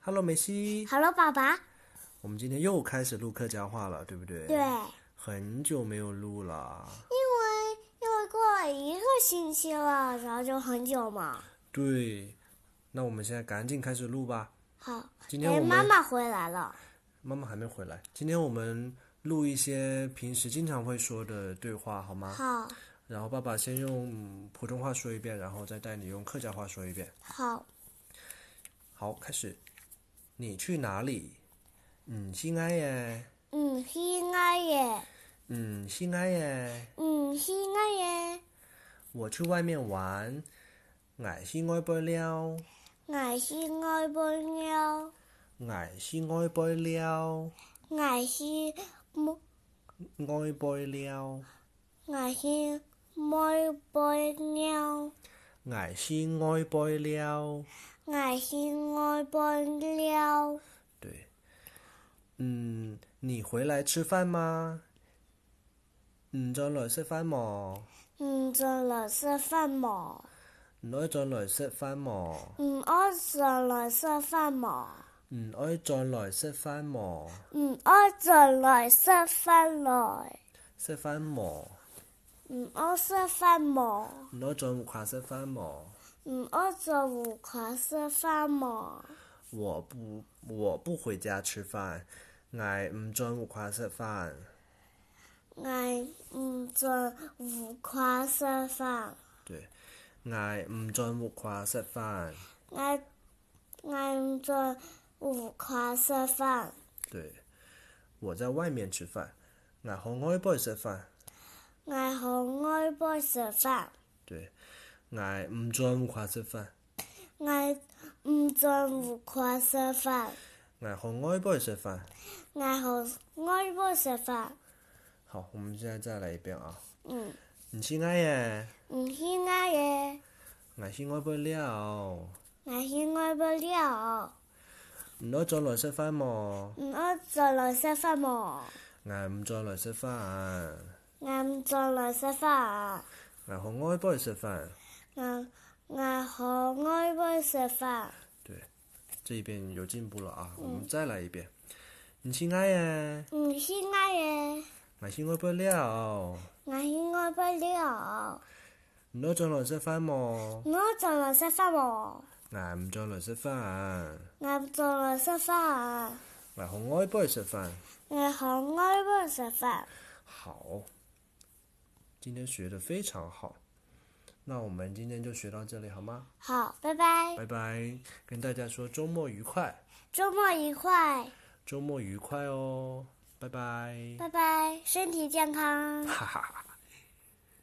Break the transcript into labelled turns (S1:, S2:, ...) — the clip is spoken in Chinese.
S1: Hello，梅西，
S2: Hello，爸爸。
S1: 我们今天又开始录客家话了，对不对？
S2: 对，因
S1: 很久没有录了。
S2: 为因为过了一个星期了，然后就很久嘛。
S1: 对，那我们现在赶紧开始录吧。
S2: 好，
S1: 今天
S2: 哎，
S1: 我们
S2: 妈妈回来了。
S1: 妈妈还没回来，今天我们录一些平时经常会说的对话，好吗？
S2: 好，
S1: 然后爸爸先用普通话说一遍，然后再带你用客家话说一遍。
S2: 好，
S1: 好，开始。你去哪里？嗯，心爱耶，
S2: 嗯，应该耶，
S1: 嗯，心爱耶。
S2: 嗯，应该耶。
S1: 我去外面玩，俺心爱不了，
S2: 我是爱不了，
S1: 俺心爱不了，
S2: 我是没，
S1: 爱不了，
S2: 我是没不了，
S1: 俺心爱不了。
S2: 我是爱不了。
S1: 对，嗯，你回来吃饭吗？唔再来食饭么？
S2: 嗯，真了是饭嘛？
S1: 唔爱嗯再来食饭么？
S2: 嗯，我真了是饭嘛？
S1: 唔爱嗯哎再来食饭么？
S2: 唔爱嗯就来塞翻来，嗯
S1: 食饭么？
S2: 唔爱塞翻毛，
S1: 唔爱嗯再快食饭么？
S2: 唔爱就无款塞翻毛。
S1: 我不，我不回家吃饭，挨唔再快食饭，
S2: 爱唔做无款塞翻，
S1: 对，挨唔再快食饭，
S2: 爱爱唔做无款塞翻，
S1: 对，我在外面吃饭，挨好爱不食饭，
S2: 爱好爱不食饭，
S1: 对，挨唔再快食饭。
S2: 爱唔做无款塞饭，
S1: 哎，好爱不吃饭。
S2: 爱好爱不食饭。
S1: 好，我们现在再来一遍啊。
S2: 嗯，
S1: 你是爱耶，
S2: 唔喜爱嘅，
S1: 我是爱不了。
S2: 我喜爱不了。
S1: 唔好再来吃饭么？
S2: 唔好再来食饭喎，
S1: 我唔再来吃饭。
S2: 我唔再来食饭，
S1: 我好爱不吃饭。
S2: 我我好爱不食饭，
S1: 对，这一遍有进步了啊。我们再来一遍。你是爱耶，
S2: 唔喜爱嘅，
S1: 我是爱不了。
S2: 我喜爱不了。
S1: 唔好再来吃饭么？
S2: 唔好再来食饭喎，
S1: 我唔再来吃饭。
S2: 我唔再来食饭，
S1: 我好爱不吃饭。
S2: 我好爱不食饭。
S1: 好，今天学的非常好，那我们今天就学到这里好吗？
S2: 好，拜拜，
S1: 拜拜，跟大家说周末愉快，
S2: 周末愉快，
S1: 周末愉快哦，拜拜，
S2: 拜拜，身体健康。
S1: 哈哈哈。